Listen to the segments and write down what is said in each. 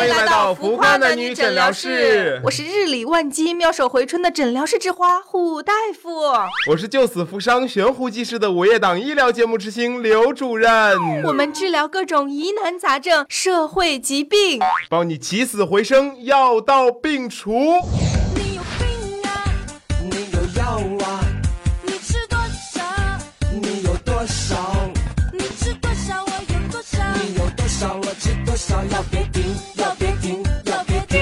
迎来到浮夸男女诊疗室我是日理万机、妙手回春的诊疗室之花虎大夫。我是救死扶伤、悬壶济世的午夜档医疗节目之星刘主任，我们治疗各种疑难杂症、社会疾病。帮你起死回生，药到病除。你有病啊！你有药啊？你吃多少？你有多少？你吃多少？我有多少？你有多少？我吃多少？要别停，要别停，要别停！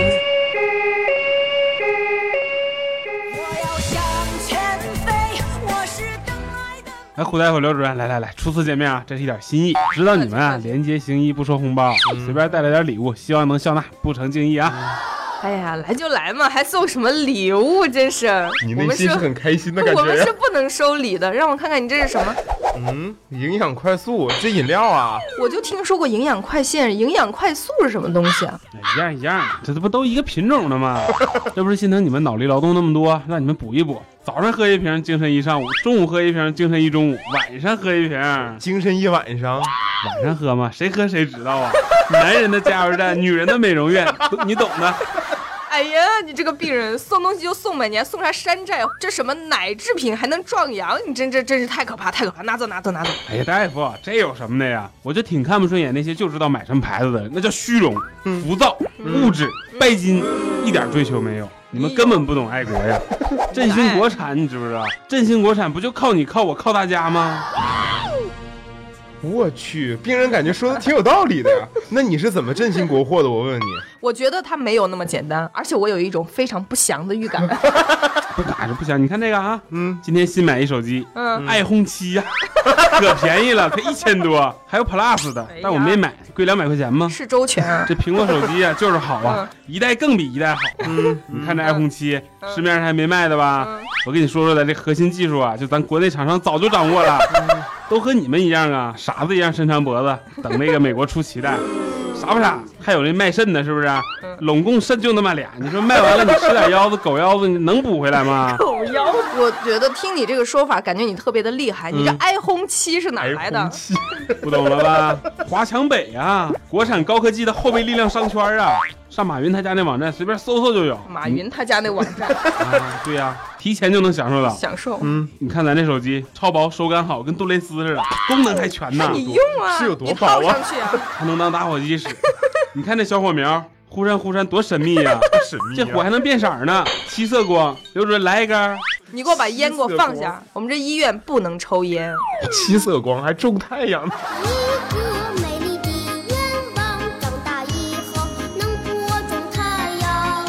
我要向前飞，我是等来的。来，胡大夫、刘主任，来来来，初次见面啊，这是一点心意。知道你们啊，廉洁行医，不收红包，随便带了点礼物，希望能笑纳，不成敬意啊。哎呀，来就来嘛，还送什么礼物？真是，你我内们心是是很开心的感我们觉是呀。不能收礼的。让我看看你这是什么？嗯，营养快速，这饮料啊，我就听说过营养快线，营养快速是什么东西啊？哎一样一样，这这不都一个品种的吗？ 这不是心疼你们脑力劳动那么多，让你们补一补。早上喝一瓶，精神一上午；中午喝一瓶，精神一中午；晚上喝一瓶，晚精神一晚上。上喝吗？谁喝谁知道啊！ 男人的加油站，女人的美容院，都你懂的。哎呀，你这个病人送东西就送呗，你还送啥山寨？这什么奶制品还能壮阳？你真这真是太可怕，太可怕！拿走拿走拿走！哎呀，大夫，这有什么的呀？我就挺看不顺眼那些就知道买什么牌子的，那叫虚荣、嗯浮躁、物质、拜金，一点追求没有。你们根本不懂爱国呀！哎振兴国产，你知不知道？振兴国产不就靠你、靠我、靠大家吗？我去，病人感觉说的挺有道理的 呀。那你是怎么振兴国货的？我问问你。我觉得它没有那么简单，而且我有一种非常不祥的预感。不打着不想，你看这个啊，嗯，今天新买一手机，嗯，爱轰七呀、可便宜了，才一千多，还有 Plus 的哎呀，但我没买，贵两百块钱吗？是周全啊。这苹果手 机啊，就是好啊，一代更比一代好。嗯，你看这 iPhone 七，市面上还没卖的吧？我跟你说说咱这核心技术啊，就咱国内厂商早就掌握了，嗯 都和你们一样啊，傻子一样伸长脖子等那个美国出奇蛋，傻不傻？还有那卖肾的，是不是？啊嗯拢共肾就那么俩，你说卖完了你吃点腰子、狗腰子，你能补回来吗？我觉得听你这个说法，感觉你特别的厉害。你这哀轰七是哪儿来的红？旗不懂了 吧？华强北啊，国产高科技的后备力量商圈啊，上马云他家那网站随便搜搜就有。马云他家那网站啊，对呀、提前就能享受到。享受，你看咱这手机超薄，手感好，跟杜蕾斯似的，功能还全呢，你用啊，是有多你薄啊套上去啊！还能当打火机使。你看这小火苗，忽闪忽闪，多神秘呀、神秘啊这呀火还能变色儿呢，七色光。刘主任来一根儿，你给我把烟给我放下，我们这医院不能抽烟。七色光还种太阳呢。一个美丽的愿望，长大以后能播种太阳。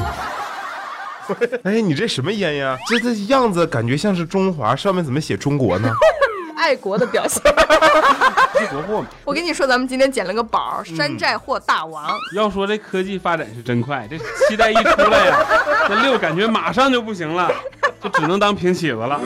哎，你这什么烟呀？这这样子感觉像是中华，上面怎么写中国呢？爱国的表现。是国货嘛？我跟你说，咱们今天捡了个宝儿，山寨货大王。要说这科技发展是真快，这七代一出来呀、那六感觉马上就不行了，就只能当平起子了。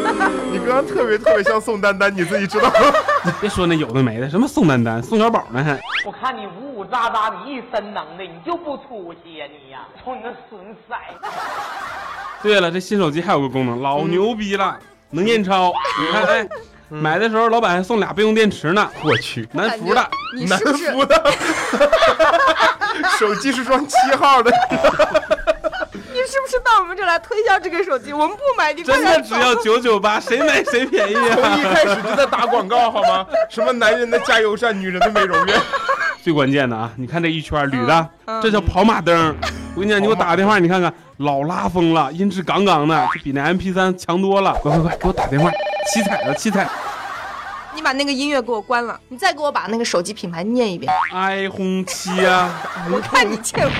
你刚刚特别特别像宋丹丹，你自己知道吗？ 别说那有的没的，什么宋丹丹、宋小宝呢还。我看你呜呜喳喳，你一身能的，你就不出息呀、你呀、瞅你那损色！对了，这新手机还有个功能，老牛逼了，能验钞。你看，哎，买的时候老板还送俩备用电池呢，我去，南孚的。你南是不是孚的，手机是装七号的，你是不是到我们这儿来推销这个手机？我们不买，你快 真点的只要走九九八，谁买谁便宜 从一啊！开始就在打广告好吗？什么男人的加油站，女人的美容院，最关键的啊，你看这一圈捋的，这叫跑马灯。我跟你讲，你给我打个电话，你看看，老拉风了，音质杠杠的，就比那 MP 3强多了。快快快，给我打电话，七彩的七彩你把那个音乐给我关了，你再给我把那个手机品牌念一遍。 i p h o n e 七啊，我看你欠疯，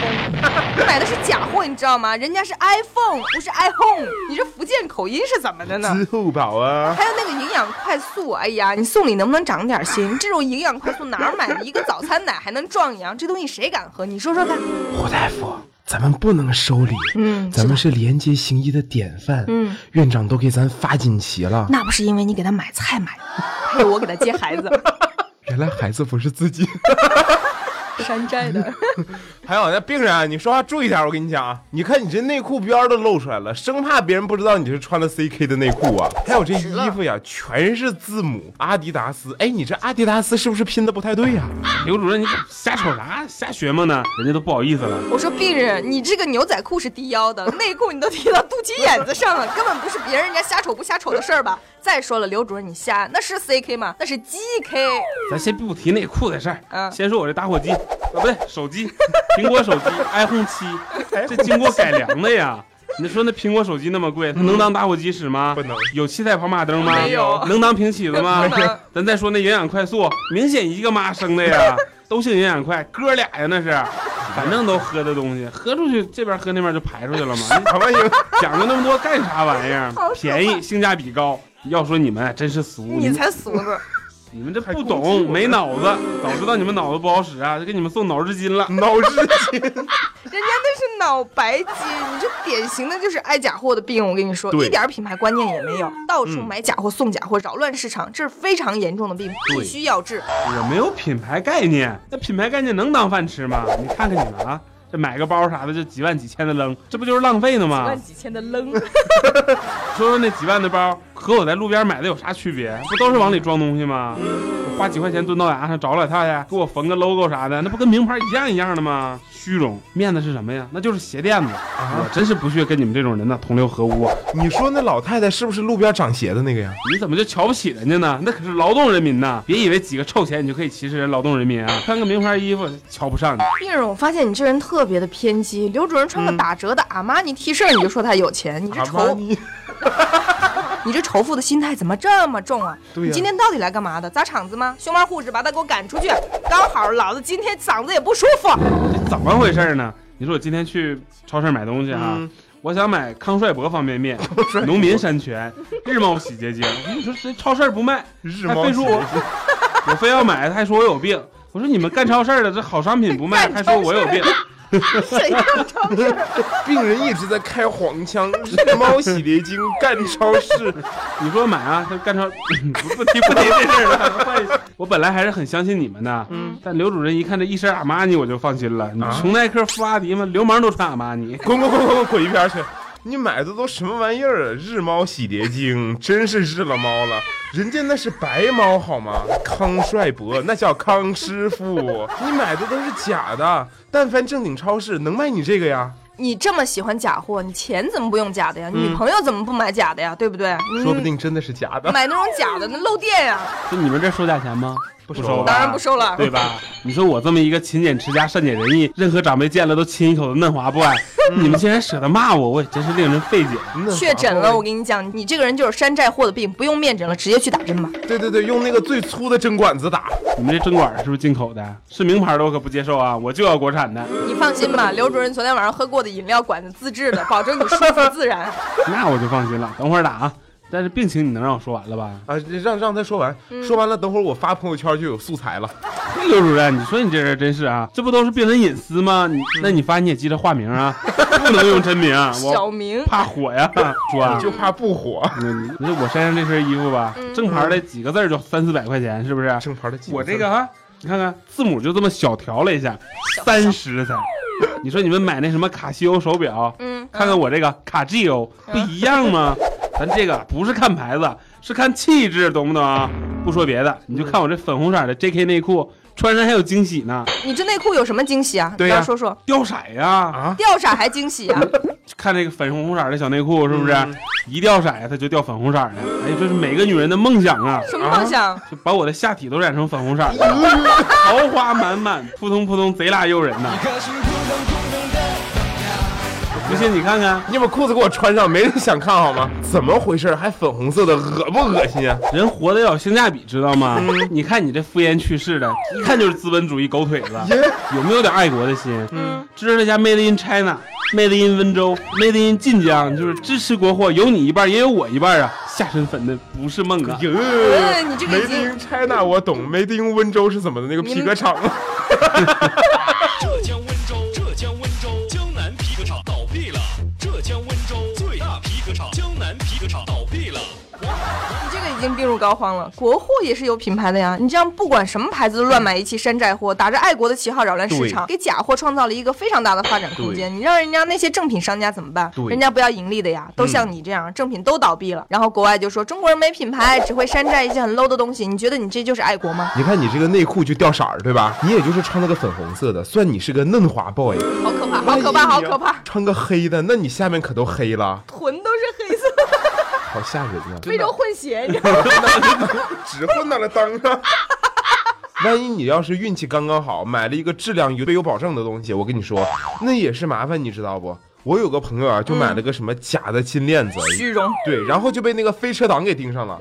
你买的是假货，你知道吗？人家是 iPhone，不是 iPhone。你这福建口音是怎么的呢？支付宝啊，还有那个营养快速，哎呀，你送礼能不能长点心？这种营养快速哪儿买的？一个早餐奶还能壮阳，这东西谁敢喝？你说说看。胡大夫。咱们不能收礼，嗯，咱们是廉洁行医的典范。嗯，院长都给咱发锦旗了。那不是因为你给他买菜买的，还有我给他接孩子，原来孩子不是自己，山寨的，还有那病人啊，你说话注意点，我跟你讲啊，你看你这内裤边儿都露出来了，生怕别人不知道你是穿了 CK 的内裤啊。 还有这衣服呀、全是字母，阿迪达斯。哎，你这阿迪达斯是不是拼的不太对 呀、刘哎主任，你瞎瞅啥？瞎学吗呢？人家都不好意思了。我说病人，你这个牛仔裤是低腰 的，内裤你都提到肚脐眼子上了，根本不是别人家瞎瞅不瞎瞅的事儿 吧？再说了，刘主任你瞎，那是 CK 吗？那是 GK。咱先不提内裤的事儿，嗯先说我这打火机，啊不对，手机，苹果手机 iPhone 七，哎这经过改良的呀。你说那苹果手机那么贵，它能当打火机使吗？不能有七彩跑马灯吗？没有能当平起子吗不能？咱再说那营养快速，明显一个妈生的呀，都姓营养快，哥俩呀那是，反正都喝的东西，喝出去这边喝那边就排出去了嘛。你好吧，你讲究那么多干啥玩意儿好可怕？便宜，性价比高。要说你们真是俗，你你们才俗 呢！你们这不还攻击懂，我没脑子。早知道你们脑子不好使啊，就给你们送脑制金了。脑汁筋。人家那是脑白金，你这典型的就是挨假货的病。我跟你说，对嗯一点品牌观念也没有，到处买假货、送假货，扰乱市场，这是非常严重的病，必须要治。我没有品牌概念，那品牌概念能当饭吃吗？你看看你们啊，这买个包啥的就几万几千的扔，这不就是浪费呢吗？几千的 扔，说说那几万的包和我在路边买的有啥区别？不都是往里装东西吗？我花几块钱蹲到牙上找老太太给我缝个 logo 啥的，那不跟名牌一样一样的吗？虚荣，面子是什么呀？那就是鞋垫子。我真是不屑跟你们这种人呢同流合污啊！你说那老太太是不是路边长鞋的那个呀？你怎么就瞧不起人家呢？那可是劳动人民呐！别以为几个臭钱你就可以歧视人劳动人民啊！穿个名牌衣服瞧不上你，病人，我发现你这人特别的偏激。刘主任穿个打折的阿玛尼 T 恤，你就说他有钱，你这嗯阿玛仇，尼，你这仇富的心态怎么这么重啊？对呀你今天到底来干嘛的？砸场子吗？熊猫护士把他给我赶出去，刚好老子今天嗓子也不舒 服。这怎么回事呢？你说我今天去超市买东西啊，我想买 康帅伯方便面、农民山泉、日茂洗洁精。你说这超市不卖，日还猫非说我我 非要买，他还说我有病。我说你们干超市的这好商品不卖，还说我有病。谁让超市？病人一直在开黄腔，日猫洗洁精干超市，你说买啊，他干超 不不提不提这事儿了。换一下 我本来还是很相信你们的，嗯但刘主任一看这一身阿玛尼，我就放心了。你啊穷耐克、富阿迪嘛，流氓都穿阿玛尼。滚滚滚滚滚滚一边去！你买的都什么玩意儿啊？日猫洗洁精真是日了猫了，人家那是白猫好吗？康帅伯那叫康师傅，你买的都是假的。但凡正经超市能卖你这个呀？你这么喜欢假货，你钱怎么不用假的呀？女朋友怎么不买假的呀？对不对？嗯说不定真的是假的。嗯买那种假的，那漏电呀！ 就你们这收价钱吗？不收吧当然不收了。对吧？ 你说我这么一个勤俭持家、善解人意，任何长辈见了都亲一口的嫩滑 boy，你们竟然舍得骂我，我也真是令人费解。 那确诊了，我跟你讲，你这个人就是山寨货的病，不用面诊了，直接去打针吧。对对对，用那个最粗的针管子打。你们这针管是不是进口的？是名牌的我可不接受啊，我就要国产的。 嗯你放心吧，刘主任昨天晚上喝过的饮料管子自制 的，保证你舒服自然。那我就放心了。等会儿打啊，但是病情你能让我说完了吧？啊，让让他说完，嗯说完了，等会儿我发朋友圈就有素材了。 刘主任，你说你这人真是啊，这不都是病人隐私吗？你那你发你也记着化名啊， 不能用真名啊，小我明，怕火呀，说啊嗯你。就怕不火，你你说我身上这身衣服吧，正牌的几个字儿就三四百块钱，是不是？正牌的记我这个啊，你看看字母就这么小调了一下，三十才。 你说你们买那什么卡西欧手表，嗯，看看我这个卡 G O 不一样吗？咱这个不是看牌子，是看气质，懂不懂啊？不说别的，你就看我这粉红色的 J K 内裤，穿上还有惊喜呢，你这内裤有什么惊喜啊？对你呀要说说，掉色呀、啊，掉色还惊喜 啊？看这个粉红色的小内裤是不是？嗯一掉色呀，它就掉粉红色的。哎呀，这是每个女人的梦想啊！什么梦想？就把我的下体都染成粉红色的，桃花满满，扑通扑通，贼拉诱人呐！不信你看看，你把裤子给我穿上，没人想看好吗？怎么回事？还粉红色的，恶不恶心啊？人活得要有性价比，知道吗？你看你这敷衍去世的，一看就是资本主义狗腿子，有没有点爱国的心？支持他家 Made in China，Made in 温州，Made in 晋江，就是支持国货，有你一半，也有我一半啊！下身粉的不是梦啊！哟，嗯你这个已哎 Made 经 in China 我懂，Made in 温州是怎么的那个皮革厂吗？浙江温州，浙江温州江南皮革厂倒闭了。浙江温州最大皮革厂江南皮革厂倒闭了。你这个已经病入膏肓了。国货也是有品牌的呀，你这样不管什么牌子都乱买一气山寨货，打着爱国的旗号扰乱市场，给假货创造了一个非常大的发展空间。你让人家那些正品商家怎么办？对人家不要盈利的呀，都像你这样，正品都倒闭了。然后国外就说中国人没品牌，只会山寨一些很 low 的东西。你觉得你这就是爱国吗？ 你看你这个内裤就掉色儿，对吧？你也就是穿了个粉红色的，算你是个嫩滑 boy。 好可怕，哎好哎可怕，好可 怕！穿个黑的，那你下面可都黑了，臀都是黑色的，好吓人啊呀、非洲混血，你知道吗？只混到了裆上。 万一你要是运气刚刚好，买了一个质量绝对有保证的东西，我跟你说，那也是麻烦，你知道不？我有个朋友啊，就买了个什么假的金链子，虚荣。对，然后就被那个飞车党给盯上了。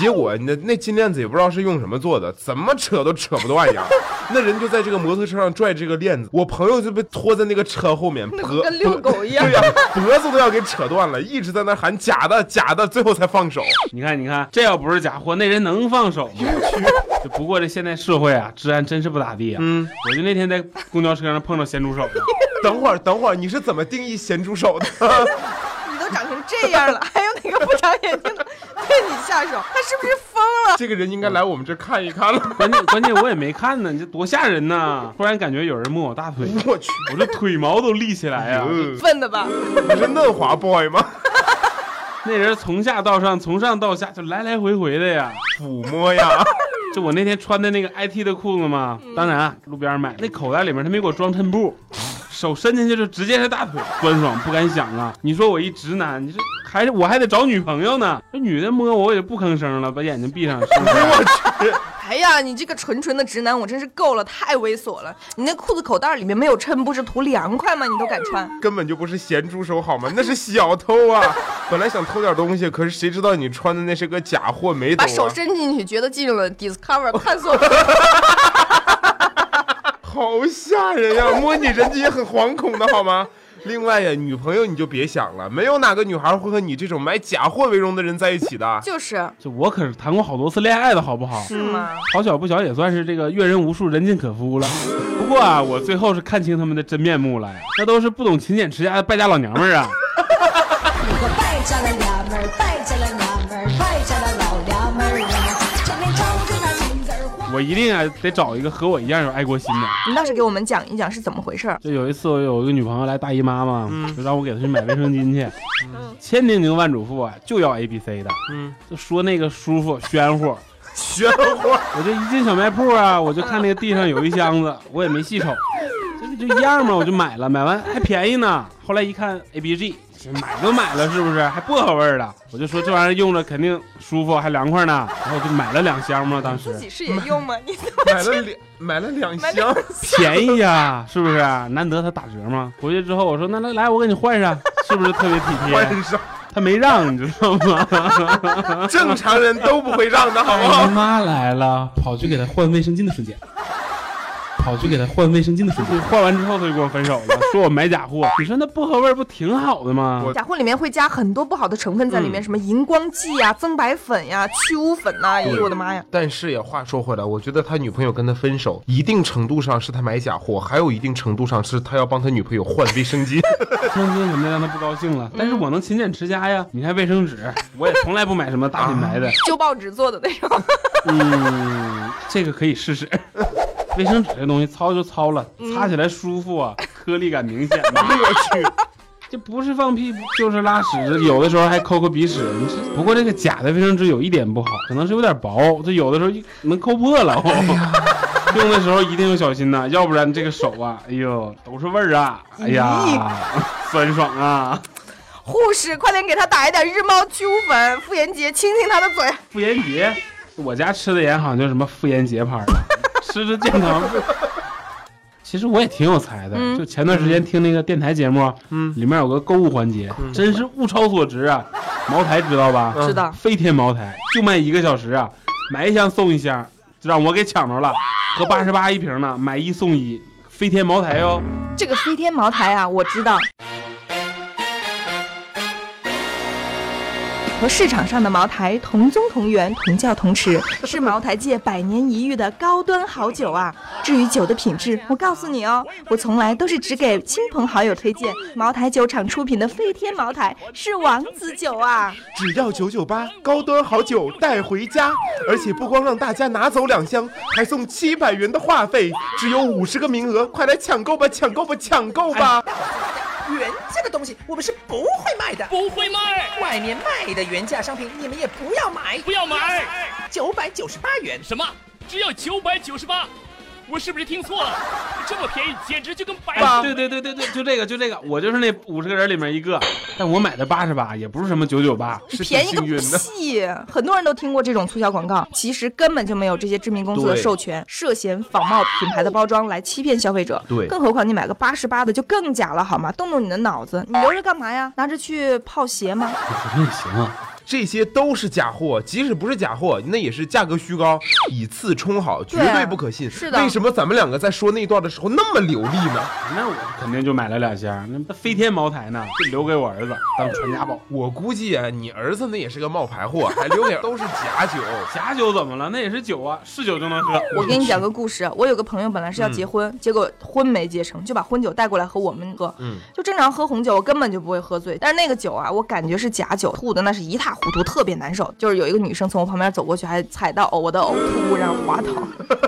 结果那那金链子也不知道是用什么做的，怎么扯都扯不断 呀。那人就在这个摩托车上拽这个链子，我朋友就被拖在那个车后面，脖跟遛狗一样对呀、脖子都要给扯断了，一直在那喊假的假的，最后才放手。你看，你看，这要不是假货，那人能放手吗？就不过这现在社会啊，治安真是不咋地啊。嗯，我就那天在公交车上碰到咸猪手了， 等会儿，等会儿，你是怎么定义咸猪手的？ 你都 长成这样了，还有哪个不长眼睛的对你下手？他是不是疯了？这个人应该来我们这看一看了。 关键关键我也没看呢，你这多吓人呐！突然感觉有人摸我大腿， 我去，我这腿毛都立起来啊！ 嗯 笨的吧？你是嫩滑 boy 吗？那人从下到上，从上到下，就来来回回的呀。 抚摸呀，就我那天穿的那个 IT 的裤子嘛，当然啊，路边买，那口袋里面他没给我装衬布，手伸进去就直接是大腿，酸爽不敢想啊！你说我一直男，你这还是我还得找女朋友呢，这女的摸我我也不吭声了，把眼睛闭上。是不是哎呀，你这个纯纯的直男，我真是够了，太猥琐了！你那裤子口袋里面没有衬，不是图凉快吗？你都敢穿？ 根本就不是咸猪手好吗？那是小偷啊！本来想偷点东西，可是谁知道你穿的那是个假货没把兜手啊？伸进去，觉得进了 Discover 探索，好吓人 呀！摸你人家也很惶恐的好吗？另外呀，女朋友你就别想了，没有哪个女孩会和你这种买假货为荣的人在一起的。就是这我可是谈过好多次恋爱的好不好？是吗？好巧不巧，也算是这个阅人无数，人尽可夫了。不过啊，我最后是看清他们的真面目了呀，那都是不懂勤俭持家的败家老娘们 儿啊！你个败家的娘们儿，败家的娘们儿，败家的老娘们儿啊，整天张着那银子儿花。我一定啊得找一个和我一样有爱国心的。你倒是给我们讲一讲是怎么回事儿？就有一次，我有一个女朋友来大姨妈嘛，嗯就让我给她去买卫生巾去，千叮咛万嘱咐啊，就要 A B C 的，嗯，就说那个舒服暄乎。玄乎，我就一进小卖铺啊，我就看那个地上有一箱子，我也没细瞅，就就一样嘛，我就买了，买完还便宜呢。后来一看 A B G，买都买了，是不是还薄荷味儿的？我就说这玩意儿用着肯定舒服，还凉快呢。然后我就买了两箱嘛，当时自己是也用吗？你怎么 买了两买了两买两箱，便宜呀、是不是？啊难得他打折嘛。回去之后我说那来来，我给你换上，是不是特别体 贴？换上，他没让，你知道吗？ 正常人都不会让的哎好不大姨好？妈来了，跑去给他换卫生巾的瞬间，跑去给他换卫生巾的瞬间，换完之后他就跟我分手了，说我买假货。你说那薄荷味儿不挺好的吗 我？假货里面会加很多不好的成分在里面，什么荧光剂呀、增白粉呀、去污粉呐、哎呦我的妈呀！但是也话说回来，我觉得他女朋友跟他分手，一定程度上是他买假货，还有一定程度上是他要帮他女朋友换卫生巾。生巾什么的让他不高兴了，但是我能勤俭持家呀。你看卫生纸，我也从来不买什么大品牌的，旧报纸做的那种。 嗯，这个可以试 试。卫生纸这东西糙就糙了，擦起来舒服啊，颗粒感明显嘛。嗯 我去，这不是放屁就是拉屎，有的时候还抠抠鼻屎。你这不过这个假的卫生纸有一点不好，可能是有点薄，这有的时候一能抠破了。用的时候一定要小心呐、要不然这个手啊，哎呦都是味儿啊，哎呀，酸爽啊！护士，快点给他打一点日猫去污粉，妇炎洁，亲亲他的嘴。妇炎洁，我家吃的盐好像叫什么妇炎洁牌儿的，啊 吃着健康。其实我也挺有才的，嗯就前段时间听那个电台节目，嗯，里面有个购物环节，嗯真是物超所值啊！茅台知道吧？知道飞天茅台就卖一个小时啊，买一箱送一箱，就让我给抢着了，合八十八一瓶呢，买一送一，飞天茅台哟。这个飞天茅台啊，我知道，和市场上的茅台同宗同源、同教同吃，是茅台界百年一遇的高端好酒啊！至于酒的品质，我告诉你哦，我从来都是只给亲朋好友推荐。茅台酒厂出品的飞天茅台是王子酒啊！ 只要九九八高端好酒带回家，而且不光让大家拿走两箱，还送七百元的话费，只有五十个名额，快来抢购吧，抢购吧，抢购吧！哎原价的东西我们是不会卖的，不会卖，外面卖的原价商品你们也不要买，不要买。九百九十八元。什么？只要九百九十八？我是不是听错了？这么便宜，简直就跟白哎，搭。对对对对对，就这个就这个，我就是那五十个人里面一个，但我买的八十八，也不是什么九九八，是挺便宜个幸运的。屁！很多人都听过这种促销广告，其实根本就没有这些知名公司的对授权，涉嫌仿冒品牌的包装来欺骗消费者。对更何况你买个八十八的就更假了，好吗？动动你的脑子，你留着干嘛呀？拿着去泡鞋吗？那行啊，这些都是假货，即使不是假货，那也是价格虚高，以次充好，绝对不可信。是的为什么咱们两个在说那段的时候那么流利呢？那我肯定就买了两箱，那不飞天茅台呢，就留给我儿子当传家宝。我估计啊，你儿子那也是个冒牌货，还留给都是假酒。假酒怎么了？那也是酒啊，是酒就能喝。我给你讲个故事，我有个朋友本来是要结婚，结果婚没结成，就把婚酒带过来和我们喝。嗯，就正常喝红酒，我根本就不会喝醉。但是那个酒啊，我感觉是假酒，吐的那是一塌糊涂，特别难受。就是有一个女生从我旁边走过去，还踩到我的呕吐物，然后滑倒。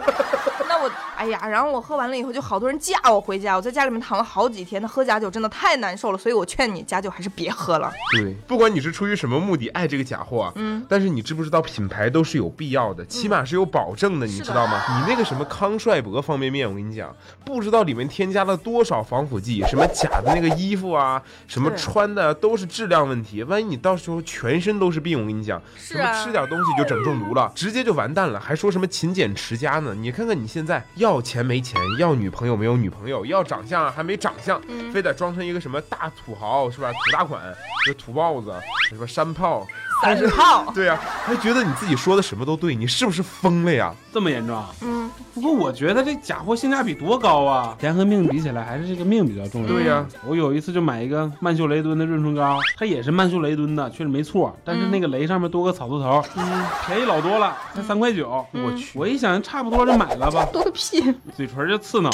那我哎呀，然后我喝完了以后，就好多人架我回家，我在家里面躺了好几天。那喝假酒真的太难受了，所以我劝你假酒还是别喝了。对，不管你是出于什么目的爱这个假货啊，嗯，但是你知不知道品牌都是有必要的，起码是有保证的，你知道吗？你那个什么康帅博方便面，我跟你讲，不知道里面添加了多少防腐剂，什么假的那个衣服啊，什么对穿的啊都是质量问题，万一你到时候全身都是病，我跟你讲，是什啊么吃点东西就整中毒了，直接就完蛋了，还说什么勤俭持家呢？你看看你现在要钱没钱，要女朋友没有女朋友，要长相还没长相，嗯非得装成一个什么大土豪是吧？土大款，就土豹子，什么山炮，三炮， 对呀、还觉得你自己说的什么都对，你是不是疯了呀？这么严重？嗯。不过我觉得这假货性价比多高啊！钱和命比起来，还是这个命比较重要。对呀我有一次就买一个曼秀雷敦的润唇膏，它也是曼秀雷敦的，确实没错，但嗯是那个雷上面多个草字头，便宜老多了，才三块九。我嗯去！我一想差不多就买了吧， 多个屁！嘴唇就刺挠。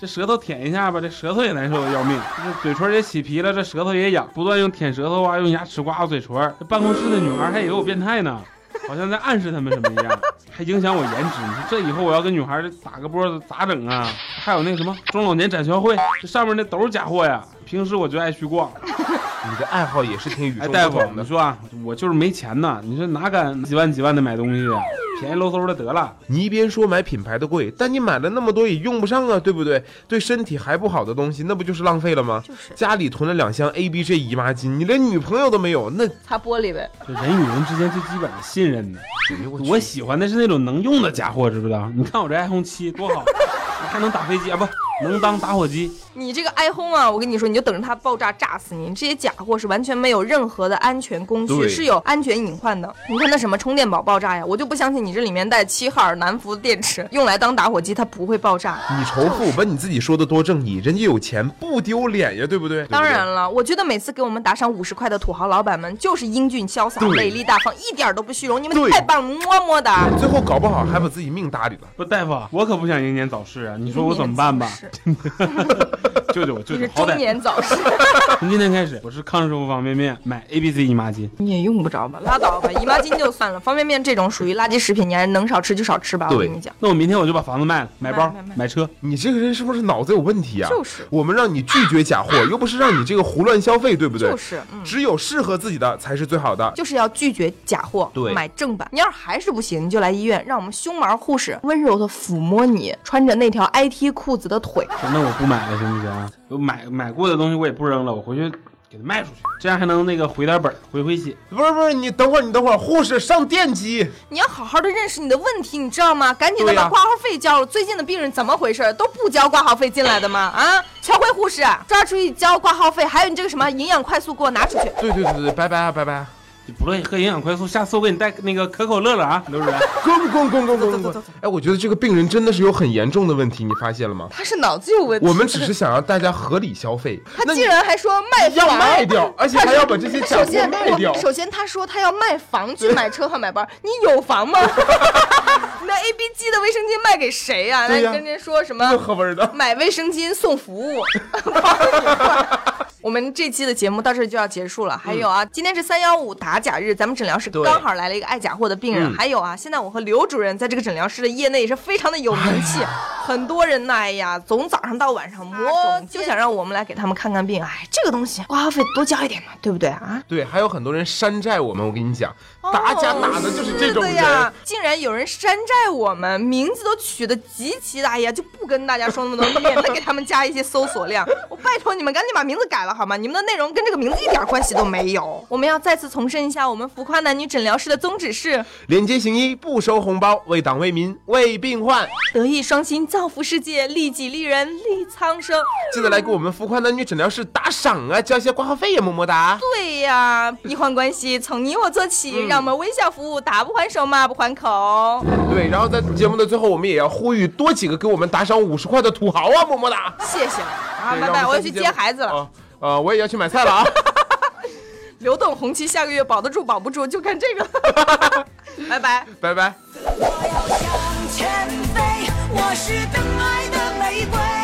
这舌头舔一下吧，这舌头也难受的要命，这嘴唇也起皮了，这舌头也痒，不断用舔舌头啊，用牙齿刮我嘴唇。这办公室的女孩还以为我变态呢，好像在暗示他们什么一样，还影响我颜值。你说这以后我要跟女孩打个波咋整啊？还有那个什么中老年展销会，这上面那都是假货呀。平时我就爱去逛，你的爱好也是挺与哎，众大不夫，同你的。说啊，我就是没钱呐，你说哪敢几万几万的买东西啊？便宜喽嗖的得了。你一边说买品牌的贵，但你买了那么多也用不上啊，对不对？对身体还不好的东西，那不就是浪费了吗？就是家里囤了两箱 A B J 姨妈巾，你连女朋友都没有，那擦玻璃呗。这人与人之间最基本的信任呢。我我喜欢的是那种能用的假货，知不知道？你看我这 iPhone 七多好，还能打飞机啊，不能当打火机。你这个 iPhone 啊，我跟你说，你就等着它爆炸炸死你！这些假货是完全没有任何的安全工序，对是有安全隐患的。你看那什么充电宝爆炸呀，我就不相信你这里面带七号南孚电池，用来当打火机它不会爆炸。你仇富，把你自己说的多正义，人家有钱不丢脸呀，对不对？当然了，我觉得每次给我们打赏五十块的土豪老板们，就是英俊潇洒、对美丽大方，一点儿都不虚荣。你们对太棒，么么哒！对不对，最后搞不好还把自己命搭里了。不，大夫，啊我可不想英年早逝啊！你说我怎么办吧？是 救救我，救就救是我！ 好中歹年早逝，从今天开始，我是康师傅方便面买 A B C 姨妈巾。你也用不着吧？拉倒吧，姨妈巾就算了，方便面这种属于垃圾食品，你还是能少吃就少吃吧。我对跟你讲，那我明天我就把房子卖了，买包买买买，买车。你这个人是不是脑子有问题啊？就是我们让你拒绝假货，又不是让你这个胡乱消费，对不对？就是嗯。只有适合自己的才是最好的。就是要拒绝假货，对买正版。你要是还是不行，你就来医院，让我们胸毛护士温柔的抚摸你穿着那条 IT 裤子的腿。那我不买了，行不行啊？我买买过的东西我也不扔了，我回去给它卖出去，这样还能那个回点本儿，回回血。不是不是，你等会儿，你等会儿，护士上电击。你要好好的认识你的问题，你知道吗？赶紧的对呀把挂号费交了。最近的病人怎么回事？都不交挂号费进来的吗？啊，乔辉护士抓出去交挂号费，还有你这个什么营养快速给我拿出去。对对对对，拜拜啊拜拜啊。你不乐意喝营养快速，下次我给你带那个可口乐乐啊，是不是？滚滚滚滚滚走走走滚走！哎，我觉得这个病人真的是有很严重的问题，你发现了吗？他是脑子有问题。我们只是想让大家合理消费，他那竟然还说卖要房卖掉，而且还要把这些假首货先，卖掉我。首先他说他要卖房去买车和买包，你有房吗？ 你的 A B 机的卫生巾卖给谁呀、那对你呀跟人家说什么这合味儿的 买卫生巾送服务？ 帮你换我们这期的节目到这就要结束了。还有啊，今天是三幺五打假日，咱们诊疗室对刚好来了一个爱假货的病人。嗯还有啊，现在我和刘主任在这个诊疗室的业内也是非常的有名气，很多人呢，哎呀，从早上到晚上磨，就想让我们来给他们看看病。哎，这个东西挂号费多交一点嘛，对不对啊？对，还有很多人山寨我们，我跟你讲，打假打的就是这种是的人哦呀。，竟然有人山寨我们，名字都取的极其的，哎呀，就不跟大家说那么多，免得给他们加一些搜索 量。我拜托你们赶紧把名字改了好吗？你们的内容跟这个名字一点关系都没有。 我们要再次重申一下，我们浮夸男女诊疗室的宗旨是廉洁行医，不收红包，为党为民为病患。德艺双馨，造福世界，利己利人，利苍生。记得来给我们浮夸男女诊疗室打赏啊，交一些挂号费呀，么么哒。对呀、医患关系从你我做起，嗯让我们微笑服务，打不还手，骂不还口。对，然后在节目的最后，我们也要呼吁多几个给我们打赏五十块的土豪啊，么么哒。谢谢了啊，拜对哎让拜，们我要下去期接节目孩子了。啊呃，我也要去买菜了啊。流动红旗下个月保得住保不住，就看这个了。 拜拜。拜拜。我要向前飞，我是等爱的玫瑰。